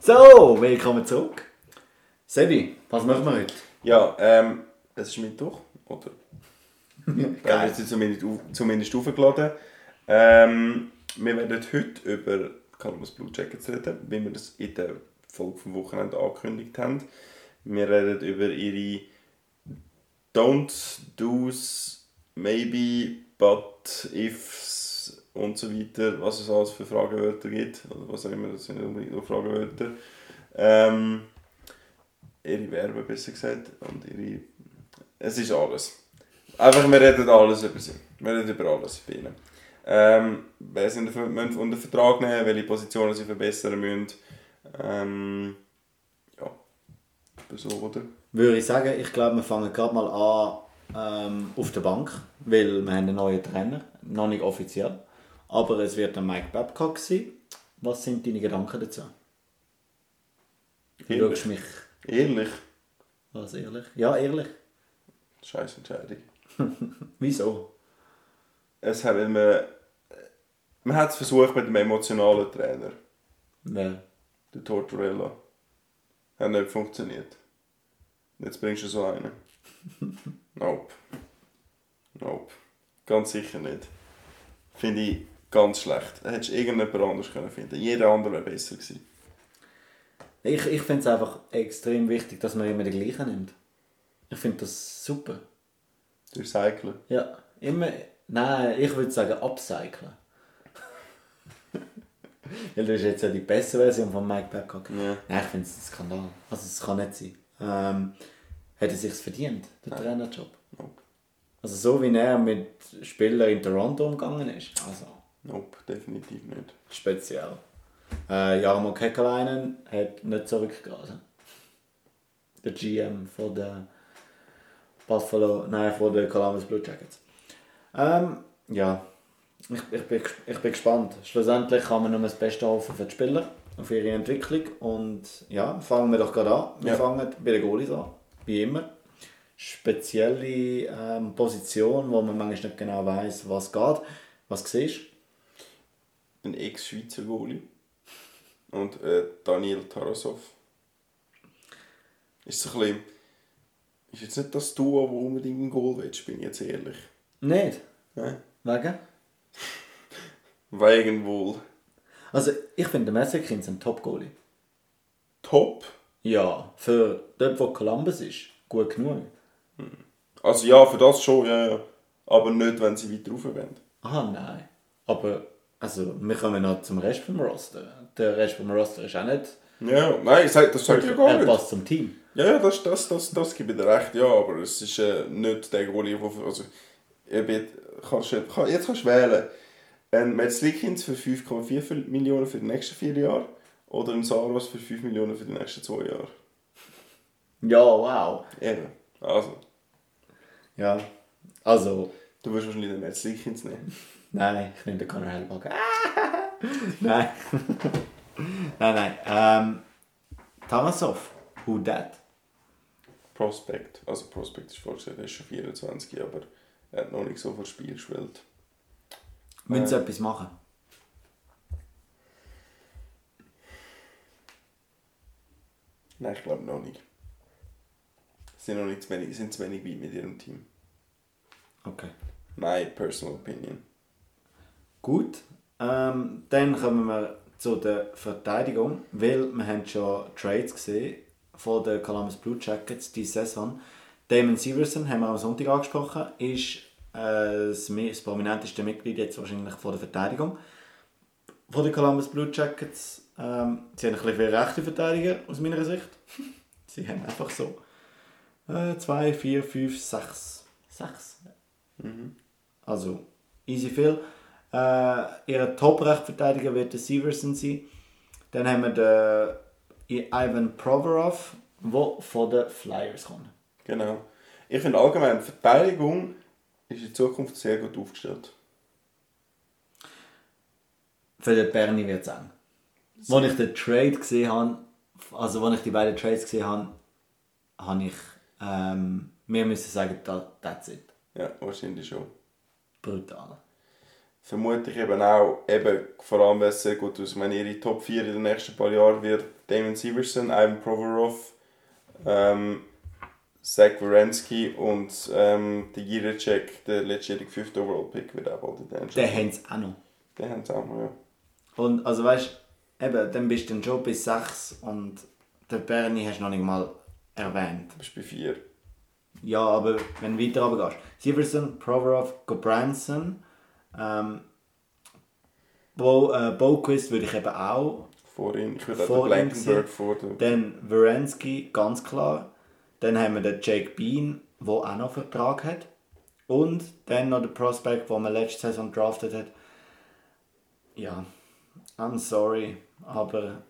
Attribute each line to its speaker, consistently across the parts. Speaker 1: So, willkommen zurück.
Speaker 2: Sebi, was machen wir heute?
Speaker 3: Ja, ähm, das ist Mittwoch, oder? Da
Speaker 2: Geil.
Speaker 3: wird sie zumindest, auf, zumindest aufgeladen. Ähm, wir werden heute über Columbus Blue Jackets reden, wie wir das in der Folge vom Wochenende angekündigt haben. Wir reden über ihre Don'ts, Do's, Maybe, But, Ifs und so weiter, was es alles für Fragewörter gibt. Oder was auch immer, das sind nicht unbedingt nur Fragewörter. Ähm, ihre Werbe, besser gesagt, und ihre... Es ist alles. Einfach, wir reden alles über sie. Wir reden über alles bei ihnen. Ähm, wer sie unter, müssen unter Vertrag nehmen, welche Positionen sie verbessern müssen. Ähm, ja. Etwa So, oder?
Speaker 2: Würde ich sagen, ich glaube, wir fangen gerade mal an ähm, auf der Bank, weil wir haben einen neuen Trainer, noch nicht offiziell, aber es wird ein Mike Babcock sein. Was sind deine Gedanken dazu? Du
Speaker 3: Ehrlich.
Speaker 2: schaust mich
Speaker 3: Ehrlich.
Speaker 2: was ehrlich? Ja, ehrlich.
Speaker 3: Scheiß Entscheidung.
Speaker 2: Wieso?
Speaker 3: Es haben wir... Man hat es versucht mit einem emotionalen Trainer.
Speaker 2: Wer?
Speaker 3: Der Tortorella. Hat nicht funktioniert. Jetzt bringst du so einen. nope. Nope. Ganz sicher nicht. Finde ich ganz schlecht. Hättest du irgendjemand anders können finden Jeder andere wäre besser gewesen.
Speaker 2: Ich, ich finde es einfach extrem wichtig, dass man immer den gleichen nimmt. Ich finde das super.
Speaker 3: Recyceln.
Speaker 2: Ja, immer. Nein, ich würde sagen, upcyclen. Weil du bist jetzt ja die beste Version von Mike Babcock.
Speaker 3: Ja.
Speaker 2: Nein, ich finde es ein Skandal. Also, es kann nicht sein. Ähm, hat er sich verdient, den Trainerjob?
Speaker 3: Nope.
Speaker 2: Also, so wie er mit Spielern in Toronto umgegangen ist. Also,
Speaker 3: Nope, definitiv nicht.
Speaker 2: speziell. Äh, Jarmo Kekalainen hat nicht zurückgelassen. Der GM von der Buffalo, nein, von der Columbus Blue Jackets. Ähm, ja, ich, ich, bin, ges- ich bin gespannt. Schlussendlich kann man nur das Beste hoffen für die Spieler, auf ihre Entwicklung. Und ja, fangen wir doch gerade an. Wir
Speaker 3: Ja.
Speaker 2: fangen bei den Goalies an, wie immer. Spezielle ähm, Position, wo man manchmal nicht genau weiß, was geht. Was siehst
Speaker 3: Ein Ex-Schweizer Goalie. Und äh, Daniel Tarasov. Ist so ein bisschen... Ist jetzt nicht das Duo, wo unbedingt ein Goal willst, bin ich jetzt ehrlich.
Speaker 2: Nicht?
Speaker 3: Nein.
Speaker 2: Wegen?
Speaker 3: Wegen wohl...
Speaker 2: Also, ich finde, Messerkind ist ein Top-Goalie.
Speaker 3: top.
Speaker 2: Ja, für dort, wo Columbus ist, gut genug.
Speaker 3: Also ja, für das schon, ja, ja. Aber nicht, wenn sie weiter rauf wollen.
Speaker 2: Ah, nein. Aber, also, wir kommen noch zum Rest vom Roster. Der Rest vom Roster ist auch nicht...
Speaker 3: Ja, nein, ich sag, das sage ich ja gar
Speaker 2: er
Speaker 3: nicht.
Speaker 2: passt zum Team.
Speaker 3: Ja, ja, das, das, das, das gebe ich dir recht, ja, aber es ist äh, nicht der Goalie, wo, also, ob jetzt, kannst, du- kann, jetzt kannst du wählen. Ein Matt Slickins für 5,4 Millionen für die nächsten vier Jahre oder ein Saros für 5 Millionen für die nächsten zwei Jahre.
Speaker 2: Ja, wow.
Speaker 3: Eben. Also,
Speaker 2: Ja. Also,
Speaker 3: du wirst wahrscheinlich den Matt Slickins nehmen.
Speaker 2: Nein, ich nehme den Conor Hellback. nein. nein, nein. Ähm, Tarasov, who that?
Speaker 3: Prospect, also Prospect ist vorgestellt, er ist schon 24, aber er hat noch nicht so viel Spiel gespielt.
Speaker 2: Müssen sie etwas machen?
Speaker 3: Nein, ich glaube noch nicht. Sie sind noch nicht zu wenig, sind zu wenig weit mit ihrem Team.
Speaker 2: Okay.
Speaker 3: My personal opinion.
Speaker 2: Gut, ähm, dann kommen wir zu der Verteidigung, weil wir haben schon Trades gesehen von den Columbus Blue Jackets diese Saison. Damon Severson, haben wir am Sonntag angesprochen, ist äh, das, mi- das prominenteste Mitglied jetzt wahrscheinlich von der Verteidigung von den Columbus Blue Jackets. Ähm, sie haben ein bisschen viele rechte Verteidiger aus meiner Sicht. sie haben einfach so äh, 2, 4, 5, 6. 6? Also, easy viel. Äh, ihr Top-Rechtverteidiger wird der Severson sein. Dann haben wir den Ivan Provorov, der von den Flyers kommt.
Speaker 3: Genau. Ich finde allgemein, die Verteidigung ist in Zukunft sehr gut aufgestellt.
Speaker 2: Für den Bernie wird es eng. Als ich den Trade gesehen habe, also als ich die beiden Trades gesehen habe, habe ich ähm, mir müssen sagen, that, that's it.
Speaker 3: Ja, wahrscheinlich schon.
Speaker 2: Brutal.
Speaker 3: vermute ich eben auch, eben, vor allem wenn es sehr gut aus, wenn ihre Top 4 in den nächsten paar Jahren wird, Damon Severson, Ivan Provorov, ähm, Zach Wierenski und ähm, der Jiracek, der letztjährige 5. Overall Pick, wird auch bald in der
Speaker 2: Den
Speaker 3: NHL.
Speaker 2: haben sie auch noch.
Speaker 3: Den haben sie auch noch, ja.
Speaker 2: Und also weißt du, eben, dann bist du dann schon bis 6 und der Berni hast du noch nicht mal erwähnt.
Speaker 3: Du bist bei 4.
Speaker 2: Ja, aber wenn du weiter runter gehst. Severson, Provorov, Gobranson, ähm, Bo, äh, Boquist würde ich eben auch.
Speaker 3: Vorhin, ich würde auch
Speaker 2: Vor
Speaker 3: den
Speaker 2: ihm gesehen.
Speaker 3: Blankenberg vor der
Speaker 2: Dann Wierenski, ganz klar. Dann haben wir den Jake Bean, der auch noch Vertrag hat. Und dann noch der Prospect, den man letzte Saison drafted hat. Ja, I'm sorry, aber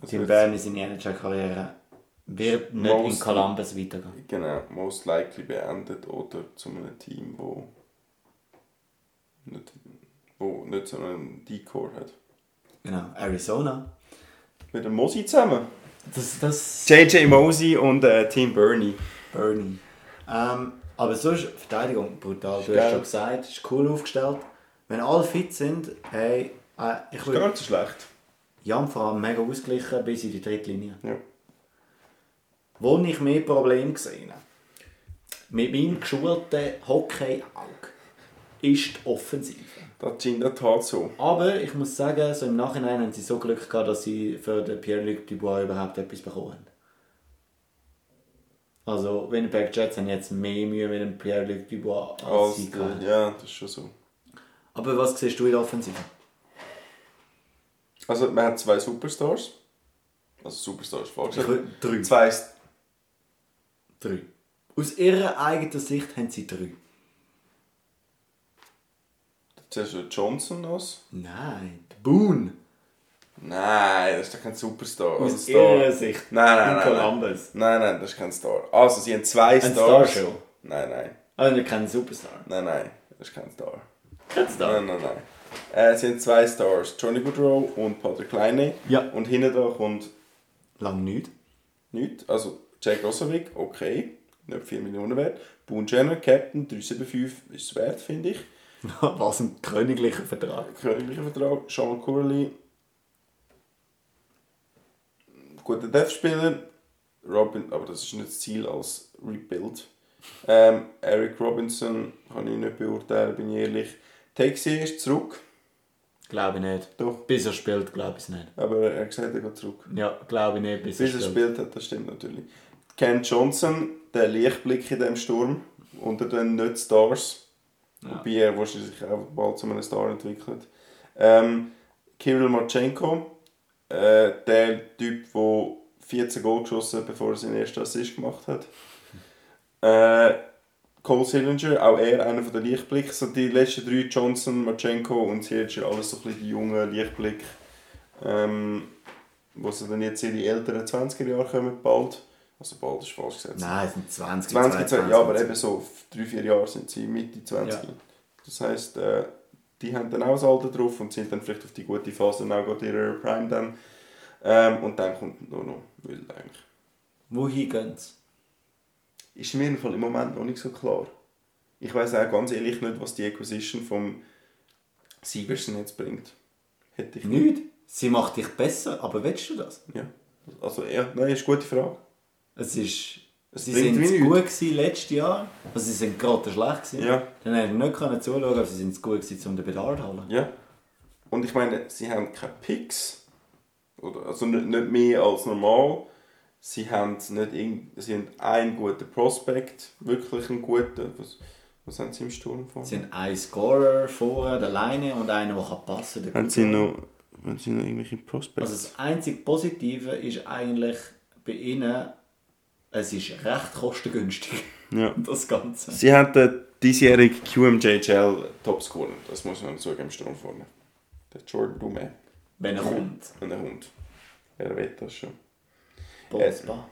Speaker 3: Also
Speaker 2: Tim
Speaker 3: jetzt-
Speaker 2: Bernie seine NHL-Karriere wird nicht in
Speaker 3: Mostly.
Speaker 2: Columbus weitergehen.
Speaker 3: Genau, most likely beendet oder zu einem Team, wo nicht, wo nicht so einen Decor hat.
Speaker 2: Genau, Arizona.
Speaker 3: Mit dem Mosi zusammen.
Speaker 2: Das, das
Speaker 3: JJ Mosi und äh, Tim Bernie.
Speaker 2: Bernie. Ähm, aber sonst, Verteidigung, brutal. Du
Speaker 3: Geil.
Speaker 2: hast schon gesagt, ist cool aufgestellt. Wenn alle fit sind, hey, äh, ich
Speaker 3: Gar
Speaker 2: würde
Speaker 3: nicht so schlecht.
Speaker 2: Jan vor allem mega ausgeglichen bis in die dritte Linie.
Speaker 3: Ja.
Speaker 2: Wo ich mehr Probleme gesehen habe, mit meinem geschulten Hockey-Auge, ist die Offensive.
Speaker 3: Das ist in der Tat so.
Speaker 2: Aber ich muss sagen, so im Nachhinein haben sie so Glück gehabt, dass sie für den Pierre-Luc Dubois überhaupt etwas bekommen haben. Also, Winnipeg Jets haben jetzt mehr Mühe mit dem Pierre-Luc Dubois als
Speaker 3: Als
Speaker 2: sie
Speaker 3: der,
Speaker 2: hatten.
Speaker 3: ja, das ist schon so.
Speaker 2: Aber was siehst du in der Offensive?
Speaker 3: Also man hat zwei Superstars. Also Superstars
Speaker 2: Ich
Speaker 3: vorgestellt.
Speaker 2: will- Drei.
Speaker 3: Zwei
Speaker 2: drei. Aus ihrer eigenen Sicht haben sie drei.
Speaker 3: Zuerst noch Johnson aus.
Speaker 2: Nein, der Boone.
Speaker 3: Nein, das ist doch kein Superstar. Also
Speaker 2: Aus
Speaker 3: Star.
Speaker 2: ihrer Sicht.
Speaker 3: Nein, nein,
Speaker 2: In
Speaker 3: nein, nein.
Speaker 2: Columbus.
Speaker 3: Nein, nein, das ist kein Star. Also sie haben zwei
Speaker 2: Ein
Speaker 3: Stars.
Speaker 2: Starshow.
Speaker 3: Nein, nein.
Speaker 2: Also, kein Superstar.
Speaker 3: Nein, nein, das ist kein Star.
Speaker 2: Kein Star.
Speaker 3: Nein, nein, nein. Äh, es sind zwei Stars, Johnny Goodrow und Patrick Kleine.
Speaker 2: Ja.
Speaker 3: Und hinten da kommt
Speaker 2: Lang nicht.
Speaker 3: nichts. Also Jack Rossovic, okay, nicht 4 Millionen wert. Boone Jenner, Captain, 375 ist es wert, finde ich.
Speaker 2: was ein königlicher Vertrag.
Speaker 3: Königlicher Vertrag, Sean Corley. Guter Dev-Spieler. Robin, aber das ist nicht das Ziel als Rebuild. Ähm, Eric Robinson kann ich nicht beurteilen, bin ich ehrlich. Taxi ist zurück,
Speaker 2: Glaube ich nicht.
Speaker 3: doch.
Speaker 2: Bis er spielt, glaube ich es nicht.
Speaker 3: Aber er hat gesagt, er geht zurück.
Speaker 2: Ja, glaube ich nicht, bis,
Speaker 3: Bis er gespielt hat, das stimmt natürlich. Ken Johnson, der Lichtblick in diesem Sturm, unter den nicht Stars,
Speaker 2: Ja.
Speaker 3: wobei er wahrscheinlich sich auch bald zu einem Star entwickelt. Ähm, Kirill Marchenko, äh, der Typ, der 14 Goal geschossen hat, bevor er seinen ersten Assist gemacht hat. Äh, Cole Sillinger, auch er einer der Lichtblicke. So die letzten drei, Johnson, Marchenko und Sillinger, alles so ein bisschen die jungen Lichtblicke. Ähm, wo sie dann jetzt in die älteren 20er Jahre kommen, bald. Also bald ist falsch gesagt.
Speaker 2: Nein, es sind 20,
Speaker 3: 20, ja, aber eben so 3-4 Jahre sind sie Mitte 20.
Speaker 2: Ja.
Speaker 3: Das heisst, äh, die haben dann auch das Alter drauf und sind dann vielleicht auf die gute Phase dann auch gerade ihrer Prime dann. Ähm, und dann kommt nur noch Müll eigentlich.
Speaker 2: Wohin gehen sie?
Speaker 3: Ist mir im Fall im Moment noch nicht so klar. Ich weiß auch ganz ehrlich nicht, was die Acquisition vom Sieversen jetzt bringt. Hätte ich
Speaker 2: Nicht. Sie macht dich besser, aber willst du das?
Speaker 3: Ja. Also, ja, nein, ist eine gute Frage.
Speaker 2: Es ist...
Speaker 3: Es
Speaker 2: sie
Speaker 3: bringt
Speaker 2: sind
Speaker 3: mir
Speaker 2: zu
Speaker 3: nichts.
Speaker 2: gut gewesen letztes Jahr. Also sie sind gerade schlecht gewesen.
Speaker 3: Ja.
Speaker 2: Dann hätte ich nicht können zuschauen, aber sie sind zu gut gewesen, um den Bedarf zu holen.
Speaker 3: Ja. Und ich meine, sie haben keine Picks. Oder, also nicht, nicht mehr als normal. Sie haben nicht irgend, sie haben einen guten Prospect, wirklich einen guten. Was, was haben sie im Sturm vor?
Speaker 2: Sie haben einen Scorer vorne, der Leine, und einen, der kann passen kann.
Speaker 3: Haben sie noch, haben sie noch irgendwelche Prospects?
Speaker 2: Also das einzige Positive ist eigentlich bei ihnen, es ist recht kostengünstig,
Speaker 3: ja.
Speaker 2: das Ganze.
Speaker 3: Sie haben den diesjährigen QMJHL Topscorer. Das muss man sagen im Sturm vorne. Der Jordan Dume.
Speaker 2: Wenn er kommt.
Speaker 3: Und der Hund. Er will das schon. Äh,
Speaker 2: Bosba.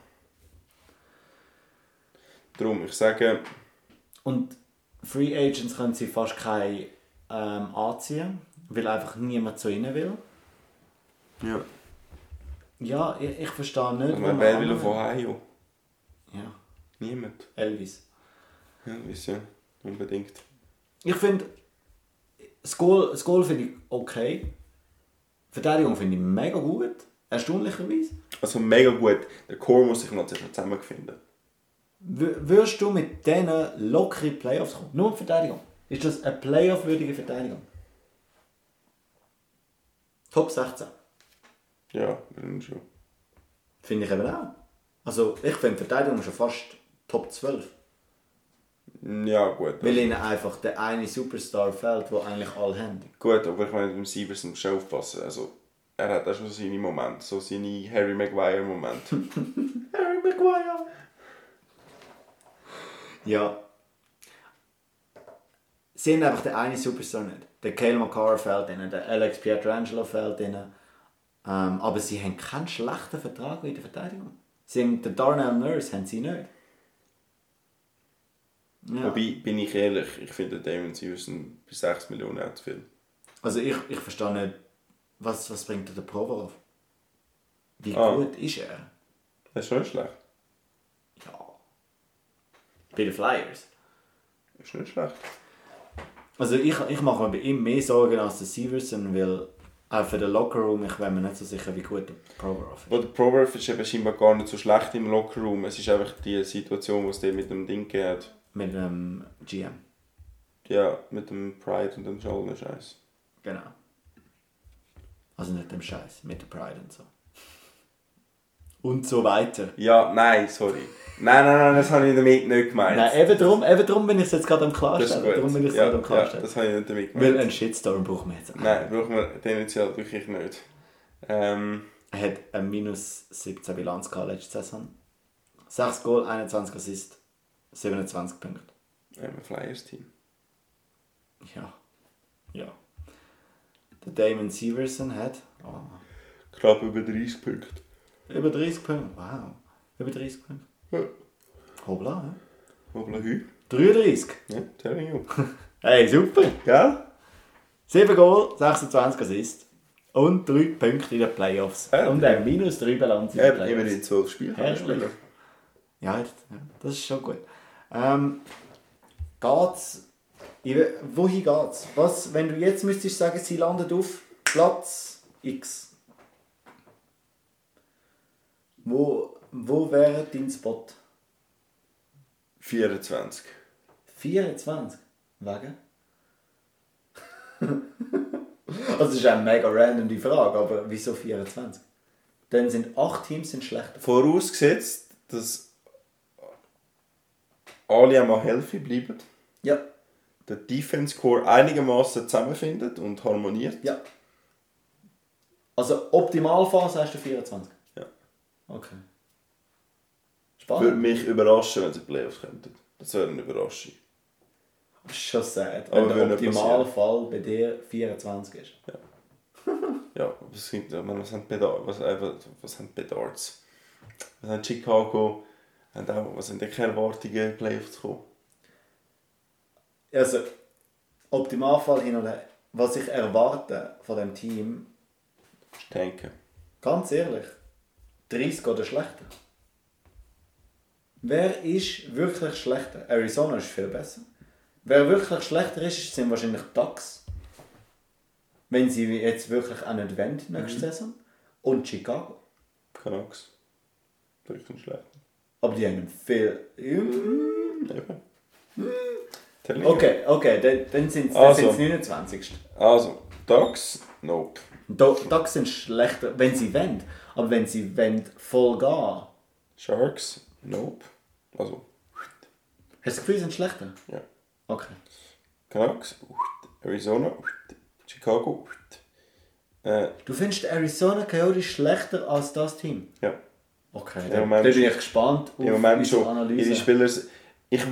Speaker 3: Darum, ich sage,
Speaker 2: Und Free Agents können sie fast keine ähm, anziehen, weil einfach niemand zu ihnen will.
Speaker 3: ja.
Speaker 2: Ja, ich, ich verstehe nicht,
Speaker 3: Also, wer will auf Ohio?
Speaker 2: Ja,
Speaker 3: Niemand.
Speaker 2: Elvis.
Speaker 3: Ja, ist ja unbedingt.
Speaker 2: Ich finde, Das Goal, das Goal finde ich okay. Die Verteidigung finde ich mega gut. Erstaunlicherweise.
Speaker 3: Also mega gut. Der Core muss sich noch zuerst noch zusammenfinden.
Speaker 2: W- Würdest du mit diesen lockeren Playoffs kommen? Nur die Verteidigung. Ist das eine Playoff-würdige Verteidigung? Top 16.
Speaker 3: Ja, dann schon.
Speaker 2: Finde ich eben auch. Also ich finde die Verteidigung schon fast Top 12.
Speaker 3: Ja, gut.
Speaker 2: Weil ihnen einfach der eine Superstar fehlt, den eigentlich alle haben.
Speaker 3: Gut, aber ich meine, mit dem Sievers musst du aufpassen. Also, er hat auch schon seine Momente. So seine Harry Maguire-Momente.
Speaker 2: Harry Maguire! Ja. Sie haben einfach den einen Superstar nicht. Der Cale Macara fehlt ihnen, der Alex Pietrangelo fehlt ihnen. Ähm, aber sie haben keinen schlechten Vertrag in der Verteidigung. Sie haben den Darnell Nurse haben sie nicht. Ja.
Speaker 3: Wobei, bin ich ehrlich, ich finde Damon Severson bei 6 Millionen auch zu viel.
Speaker 2: Also ich, ich verstehe nicht, was, was bringt dir der Provorov? Wie
Speaker 3: Ah.
Speaker 2: gut ist er?
Speaker 3: Das ist schon nicht schlecht.
Speaker 2: Ja. Bei den Flyers.
Speaker 3: Das ist nicht schlecht.
Speaker 2: Also ich, ich mache mir bei ihm mehr Sorgen als der Severson, weil auch für den Lockerroom, ich bin mir nicht so sicher, wie gut der Provorov ist.
Speaker 3: Aber der Proverb ist eben scheinbar gar nicht so schlecht im Lockerroom. Es ist einfach die Situation, die es dir mit dem Ding gegeben hat.
Speaker 2: Mit dem GM.
Speaker 3: Ja, mit dem Pride und dem Schollen Scheiß.
Speaker 2: Genau. Also nicht dem Scheiß, mit der Pride und so. Und so weiter.
Speaker 3: Ja, nein, sorry. Nein, nein, nein, das habe ich damit nicht gemeint.
Speaker 2: Nein, eben darum, eben darum bin ich es jetzt gerade am
Speaker 3: das ist
Speaker 2: Klarstellen.
Speaker 3: gut.
Speaker 2: Darum bin ich es
Speaker 3: ja,
Speaker 2: gerade am
Speaker 3: ja,
Speaker 2: Klarstellen.
Speaker 3: das habe ich nicht damit gemeint.
Speaker 2: weil einen Shitstorm brauchen wir jetzt auch.
Speaker 3: Nein, brauchen wir tendenziell wirklich nicht. Ähm,
Speaker 2: Er hat eine minus 17 Bilanz gehabt letzte Saison. 6 Goal, 21 Assist, 27 Punkte.
Speaker 3: ein Flyers-Team.
Speaker 2: Ja. Ja. Der Damon Severson hat oh,
Speaker 3: Knapp über 30 Punkte.
Speaker 2: über 30 Punkte. Wow. Über 30 Punkte.
Speaker 3: Ja.
Speaker 2: Hoppla, hä?
Speaker 3: Hoppla hü.
Speaker 2: 33.
Speaker 3: Ja, telling you.
Speaker 2: Hey, super.
Speaker 3: Gell?
Speaker 2: 7 Goal, 26 Assist und 3 Punkte in den Playoffs.
Speaker 3: Ja.
Speaker 2: Und eine minus 3 Bilanz in den
Speaker 3: Eben,
Speaker 2: Playoffs.
Speaker 3: immerhin 12 Spiele. kann er
Speaker 2: Herrlich.
Speaker 3: spielen.
Speaker 2: Ja, jetzt- ja, das ist schon gut. Ähm, geht's. Ich we- Wohin geht's? Was, wenn du jetzt müsstest sagen, sie landet auf Platz X. Wo, wo wäre dein Spot?
Speaker 3: 24.
Speaker 2: 24? Wegen? Also, das ist eine mega random die Frage, aber wieso 24? Dann sind 8 Teams sind schlechter.
Speaker 3: Vorausgesetzt, dass alle einmal healthy bleiben,
Speaker 2: Ja,
Speaker 3: der Defense Core einigermaßen zusammenfindet und harmoniert.
Speaker 2: ja. Also Optimalphase hast du 24.
Speaker 3: Ja.
Speaker 2: Okay.
Speaker 3: Würde
Speaker 2: Spannend.
Speaker 3: mich überraschen, wenn sie in die Playoffs könnten. Das wäre eine Überraschung.
Speaker 2: Das ist schon sad,
Speaker 3: Aber
Speaker 2: wenn der
Speaker 3: würde nicht
Speaker 2: Optimalfall bei dir 24 ist.
Speaker 3: Ja, was, sind, ich meine, was haben die Bedar- was, äh, was- was haben die Bedarfs? Was haben Chicago? Haben auch, was sind denn keine Erwartungen, in die Playoffs zu kommen?
Speaker 2: Also, Optimalfall hin und her. Was ich erwarte von dem Team,
Speaker 3: Ich denke.
Speaker 2: Ganz ehrlich, 30 oder schlechter. Wer ist wirklich schlechter? Arizona ist viel besser. Wer wirklich schlechter ist, sind wahrscheinlich die Ducks. Wenn sie jetzt wirklich auch nicht wollen, nächste Saison. Und Chicago.
Speaker 3: Canucks. Wirklich nicht schlecht.
Speaker 2: Aber die haben viel...
Speaker 3: Hm, Eben. Telling you.
Speaker 2: Okay, okay, dann, dann sind es
Speaker 3: Also.
Speaker 2: 29.
Speaker 3: Also, Ducks, nope.
Speaker 2: Do- Ducks sind schlechter, wenn sie wollen. Aber wenn sie wollen, voll gehen. Hast
Speaker 3: Sharks, nope. Also,
Speaker 2: du das Gefühl, sie sind schlechter?
Speaker 3: ja.
Speaker 2: Okay.
Speaker 3: Canucks, Arizona, Chicago, äh,
Speaker 2: Du findest Arizona Coyotes schlechter als das Team?
Speaker 3: ja.
Speaker 2: Okay,
Speaker 3: Im
Speaker 2: dann,
Speaker 3: Moment
Speaker 2: dann bin
Speaker 3: schon.
Speaker 2: ich gespannt auf
Speaker 3: Im Moment
Speaker 2: unsere
Speaker 3: schon. Ihre Spieler. s- Ich,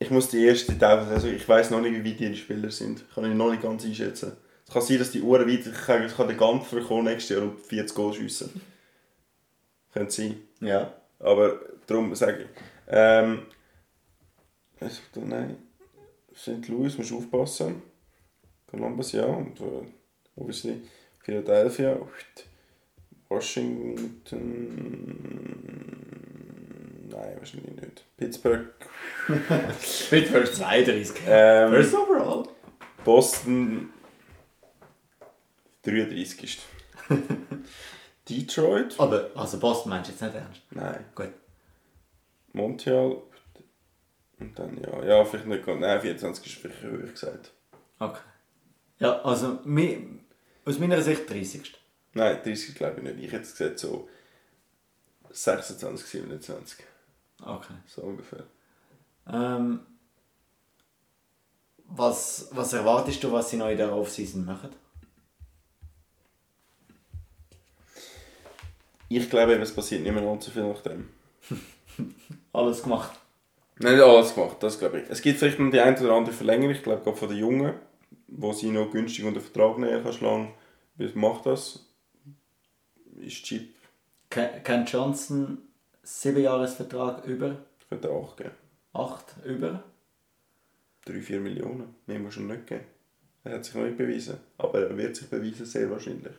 Speaker 3: ich muss die erste Teil. Also ich weiß noch nicht, wie weit ihre Spieler sind. Kann ich noch nicht ganz einschätzen. Es kann sein, dass die Uhren weiter. Ich kann, ich kann den Gampfer kommen nächstes Jahr und 40 Goal schiessen. Könnte sein.
Speaker 2: Ja.
Speaker 3: Aber darum sage ich. Ähm, also, nein. St. Louis, musst du aufpassen. Columbus, ja. Und äh, obviously Philadelphia. Washington. Nein, wahrscheinlich nicht. Pittsburgh.
Speaker 2: Pittsburgh 32.
Speaker 3: Ähm,
Speaker 2: overall.
Speaker 3: Boston 33 ist. Detroit?
Speaker 2: Aber, also Boston meinst du jetzt nicht ernst?
Speaker 3: Nein.
Speaker 2: Gut.
Speaker 3: Montreal? Und dann ja. Ja, vielleicht nicht ganz. Nein, 24 ist vielleicht höher gesagt.
Speaker 2: Okay. Ja, also mi, aus meiner Sicht 30.
Speaker 3: Nein, 30 glaube ich nicht. Ich hätte es gesagt so 26, 27.
Speaker 2: Okay.
Speaker 3: So ungefähr.
Speaker 2: Ähm, was, was erwartest du, was sie noch in der Offseason machen?
Speaker 3: Ich glaube eben, es passiert nicht mehr allzu viel nach dem.
Speaker 2: Alles gemacht.
Speaker 3: Nein, nicht alles gemacht, das glaube ich. Es gibt vielleicht noch die ein oder andere Verlängerung, ich glaube gerade von den Jungen, wo sie noch günstig unter Vertrag nehmen kannst lang. Wie macht das? Ist cheap,
Speaker 2: Ke- Ken Johnson, 7-Jahres-Vertrag über,
Speaker 3: könnte auch geben.
Speaker 2: 8 über.
Speaker 3: 3-4 Millionen, mehr musst du ihm nicht geben. Er hat sich noch nicht bewiesen, aber er wird sich beweisen, sehr wahrscheinlich.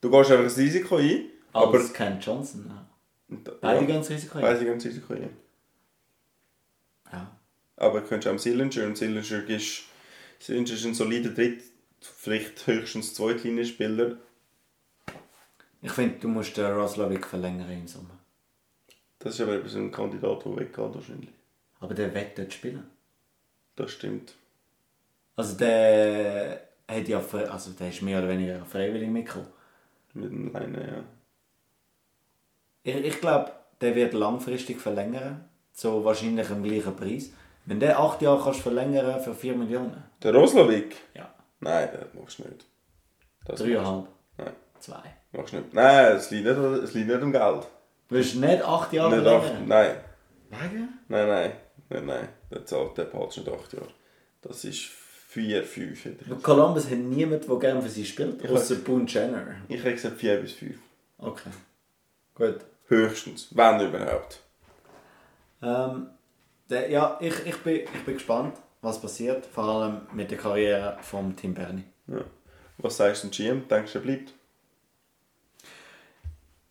Speaker 3: Du gehst einfach das Risiko ein,
Speaker 2: Aber
Speaker 3: aber...
Speaker 2: es Ken Johnson. ja.
Speaker 3: Und da-
Speaker 2: Beide
Speaker 3: ja,
Speaker 2: gehen ins Risiko. ein.
Speaker 3: beide gehen ins Risiko ein.
Speaker 2: Ja.
Speaker 3: Aber du könntest auch am Sillinger und Sillinger ist, Sillinger ist ein solider Dritt, vielleicht höchstens Zweitlinienspieler.
Speaker 2: Ich finde, du musst den Roslovic verlängern im Sommer.
Speaker 3: Das ist aber eben so ein Kandidat, der weggeht wahrscheinlich.
Speaker 2: Aber der wird dort spielen.
Speaker 3: Das stimmt.
Speaker 2: Also der hat ja frei, also der ist mehr oder weniger freiwillig mitgekommen.
Speaker 3: Mit dem Leine, ja.
Speaker 2: Ich, ich glaube, der wird langfristig verlängern, so wahrscheinlich am gleichen Preis. Wenn der 8 Jahre kannst verlängern für 4 Millionen.
Speaker 3: Der Roslovic?
Speaker 2: Ja.
Speaker 3: Nein, das machst du nicht. Das machst
Speaker 2: 3,5,
Speaker 3: du- Nein,
Speaker 2: 2.
Speaker 3: machst du nicht. Nein, es liegt nicht, es liegt nicht am Geld.
Speaker 2: Willst du nicht 8 Jahre
Speaker 3: nicht acht,
Speaker 2: verlängern?
Speaker 3: nein,
Speaker 2: Wegen?
Speaker 3: nein, nein, nein, nein. Der zahlt der Patsch nicht acht Jahre. Das ist vier, fünf. hätte
Speaker 2: Und Columbus hat niemanden, der gerne für sie spielt,
Speaker 3: Ich
Speaker 2: außer Boone Jenner.
Speaker 3: Ich Ich hätte gesagt vier bis fünf.
Speaker 2: Okay. Gut.
Speaker 3: Höchstens, wenn überhaupt.
Speaker 2: Ähm, der, ja, ich, ich, bin, ich bin gespannt, was passiert. Vor allem mit der Karriere von Tim Berni.
Speaker 3: Ja. Was sagst du dem GM? Denkst du, er bleibt?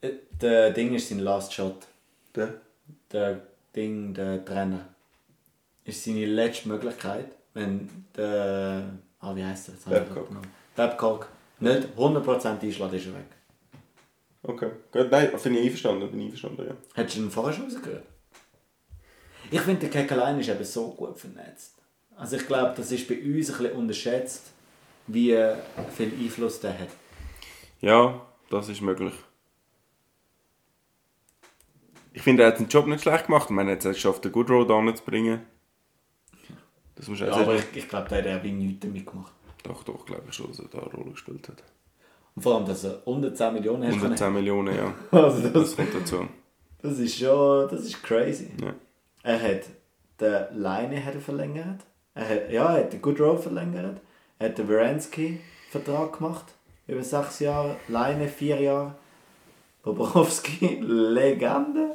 Speaker 2: Äh, Der Ding ist sein Last Shot.
Speaker 3: Der?
Speaker 2: Der Ding, der Trainer. Ist seine letzte Möglichkeit, wenn der. Ah, wie heißt er jetzt?
Speaker 3: Babcock.
Speaker 2: Babcock. Nicht 100% einschlägt, ist er weg.
Speaker 3: Okay, gut, nein, finde ich einverstanden, bin ich einverstanden, ja.
Speaker 2: Hättest du ihn vorher schon rausgehört? Ich finde, der Kekelein ist eben so gut vernetzt. Also ich glaube, das ist bei uns ein bisschen unterschätzt, wie äh, viel Einfluss der hat.
Speaker 3: Ja, das ist möglich. Ich finde, er hat seinen Job nicht schlecht gemacht. Ich meine, er hat es geschafft, den Good Road anzubringen. Das muss er
Speaker 2: Ja,
Speaker 3: ja,
Speaker 2: aber Also ich, ich glaube, der hat ja wie nichts damit gemacht.
Speaker 3: Doch, doch, glaube ich schon, dass er da eine Rolle gespielt hat.
Speaker 2: Und vor allem, dass er unter 10 Millionen hat. können.
Speaker 3: 110 Millionen, ja.
Speaker 2: Also das,
Speaker 3: Das kommt dazu.
Speaker 2: das ist schon, das ist crazy.
Speaker 3: Ja.
Speaker 2: Er hat den Leine hat er verlängert. Er hat, ja, er hat den Goodrow verlängert. Er hat den Wierenski-Vertrag gemacht. Über sechs Jahre. Leine vier Jahre. Bobrovski, Legende.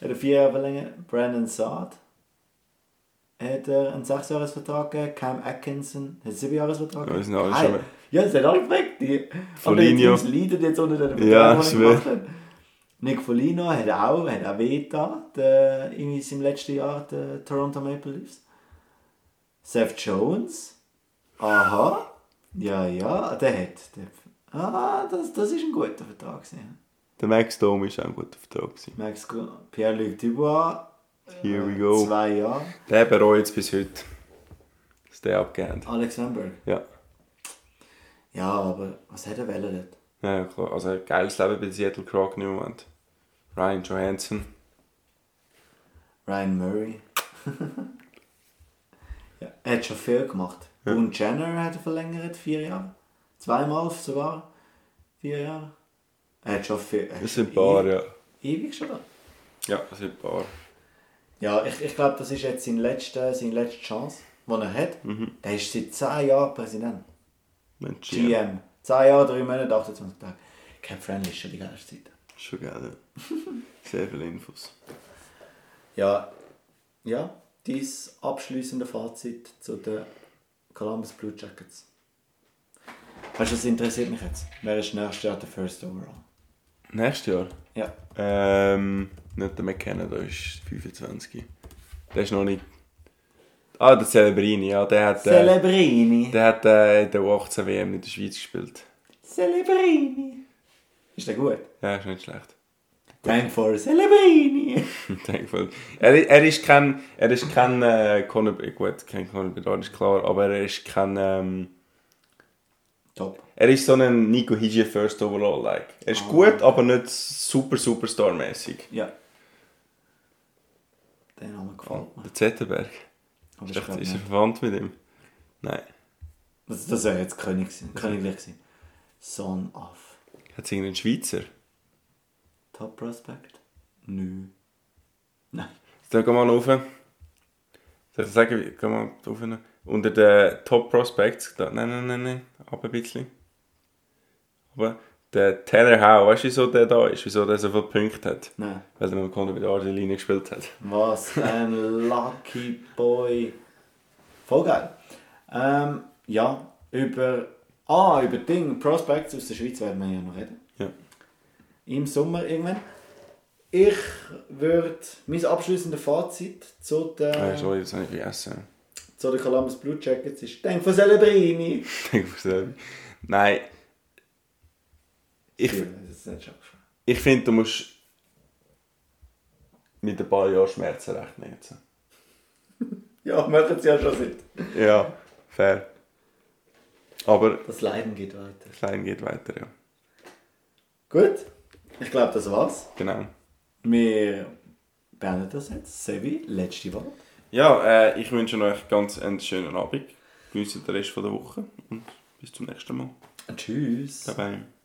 Speaker 2: Er hat er vier Jahre verlängert. Brandon Saad. Hat er einen Sechsjahresvertrag gegeben? Cam Atkinson hat einen Siebenjahresvertrag
Speaker 3: Ja, die sind
Speaker 2: gegeben.
Speaker 3: alle
Speaker 2: Hey,
Speaker 3: schon weg.
Speaker 2: Ja, das sind alle weg. Die, aber die
Speaker 3: Foligno.
Speaker 2: Teams leiden jetzt unter den
Speaker 3: Ja,
Speaker 2: die
Speaker 3: ich
Speaker 2: er
Speaker 3: schwör.
Speaker 2: gemacht hat. Nick Foligno hat auch, hat auch weh getan, der, in seinem letzten Jahr der Toronto Maple Leafs. Seth Jones. Aha. Ja, ja, der hat. Der, ah, das, das ist ein guter Vertrag. gewesen.
Speaker 3: Der Max Dome war auch ein guter Vertrag. Gewesen.
Speaker 2: Max Gu- Pierre-Luc Dubois.
Speaker 3: Here we
Speaker 2: äh,
Speaker 3: go.
Speaker 2: Zwei Jahre.
Speaker 3: Der bereut es bis heute. Dass der abgehend.
Speaker 2: Alex Wemberg.
Speaker 3: Ja.
Speaker 2: Ja, aber was hat er wählen dort?
Speaker 3: Ja, ja, klar. Also, ein geiles Leben bei Seattle Kraken im Moment. Ryan Johansson.
Speaker 2: Ryan Murray. ja, er hat schon viel gemacht.
Speaker 3: Ja.
Speaker 2: Und Jenner hat er verlängert, vier Jahre. Zweimal sogar. Vier Jahre. Er hat schon viel. er
Speaker 3: Das
Speaker 2: ist
Speaker 3: sind ein paar,
Speaker 2: ewig,
Speaker 3: ja.
Speaker 2: Ewig schon da.
Speaker 3: Ja, das sind ein paar.
Speaker 2: Ja, ich, ich glaube, das ist jetzt seine letzte, seine letzte Chance, die er hat.
Speaker 3: Mhm.
Speaker 2: Er ist seit 10 Jahren Präsident.
Speaker 3: Mensch,
Speaker 2: GM. 10 Jahre, 3 Monate, 28 Tage. Kein Friendly ist schon die ganze Zeit.
Speaker 3: Schon geil, ja. Sehr viele Infos.
Speaker 2: Ja, ja, dein abschließende Fazit zu den Columbus Blue Jackets. Weißt du, das interessiert mich jetzt. Wer ist nächstes Jahr der First Overall?
Speaker 3: Nächstes Jahr?
Speaker 2: Ja.
Speaker 3: Ähm, nicht der McKenna, der ist 25. Der ist noch nicht Ah, der Celebrini, ja, der hat, äh,
Speaker 2: Celebrini.
Speaker 3: der hat äh, in der U18-WM in der Schweiz gespielt.
Speaker 2: Celebrini. Ist der gut?
Speaker 3: Ja, ist nicht schlecht.
Speaker 2: Time for Celebrini.
Speaker 3: Thankful. Er, er ist kein, er ist kein äh, Conor, gut, kein Conor Bedard ist klar, aber er ist kein, ähm,
Speaker 2: Top.
Speaker 3: er ist so ein Nico Higge First Overall like. Er ist gut, aber nicht super superstar mäßig.
Speaker 2: Ja. Den haben wir gefallen.
Speaker 3: Der Zetterberg.
Speaker 2: Aber
Speaker 3: Ist,
Speaker 2: ich
Speaker 3: echt,
Speaker 2: glaub
Speaker 3: ist er
Speaker 2: nicht.
Speaker 3: verwandt mit ihm? Nein.
Speaker 2: Das, das wäre jetzt König gewesen. Königlich gewesen. Son of.
Speaker 3: Hat es irgendeinen Schweizer?
Speaker 2: Top Prospect? Nö. Nein.
Speaker 3: Dann geh mal rauf. Soll ich sagen, wie- geh mal rauf? Unter den Top Prospects, da, nein, nein, nein, nein, ab ein bisschen. Aber der Tanner Howe, weißt du, wieso der da ist? Wieso der so viele Punkte hat?
Speaker 2: Nein.
Speaker 3: Weil er mit dem Conor Bedard die Linie gespielt hat.
Speaker 2: Was ein Lucky Boy. Voll geil. Ähm, ja, über. Ah, über Ding, Prospects aus der Schweiz werden wir ja noch reden.
Speaker 3: Ja.
Speaker 2: Im Sommer irgendwann. Ich würde mein abschließendes Fazit zu
Speaker 3: Äh,
Speaker 2: der,
Speaker 3: sorry, das habe ich vergessen.
Speaker 2: zu der Columbus Blue Jackets ist. Denk von Celebrini!
Speaker 3: Denk auf selber. Nein. Ich,
Speaker 2: Ich würde es nicht schaffen.
Speaker 3: ich finde, du musst mit ein paar Jahren Schmerzen rechnen jetzt.
Speaker 2: Ja, machen sie ja schon seit.
Speaker 3: Ja, fair. Aber
Speaker 2: Das Leiden geht weiter.
Speaker 3: klein geht weiter, ja.
Speaker 2: Gut, ich glaube, das war's.
Speaker 3: Genau.
Speaker 2: Wir beenden das jetzt. Sevi, letzte Wort.
Speaker 3: Ja, äh, ich wünsche euch ganz einen schönen Abend. Genießt den Rest von der Woche und bis zum nächsten Mal.
Speaker 2: Tschüss.
Speaker 3: Bye bye.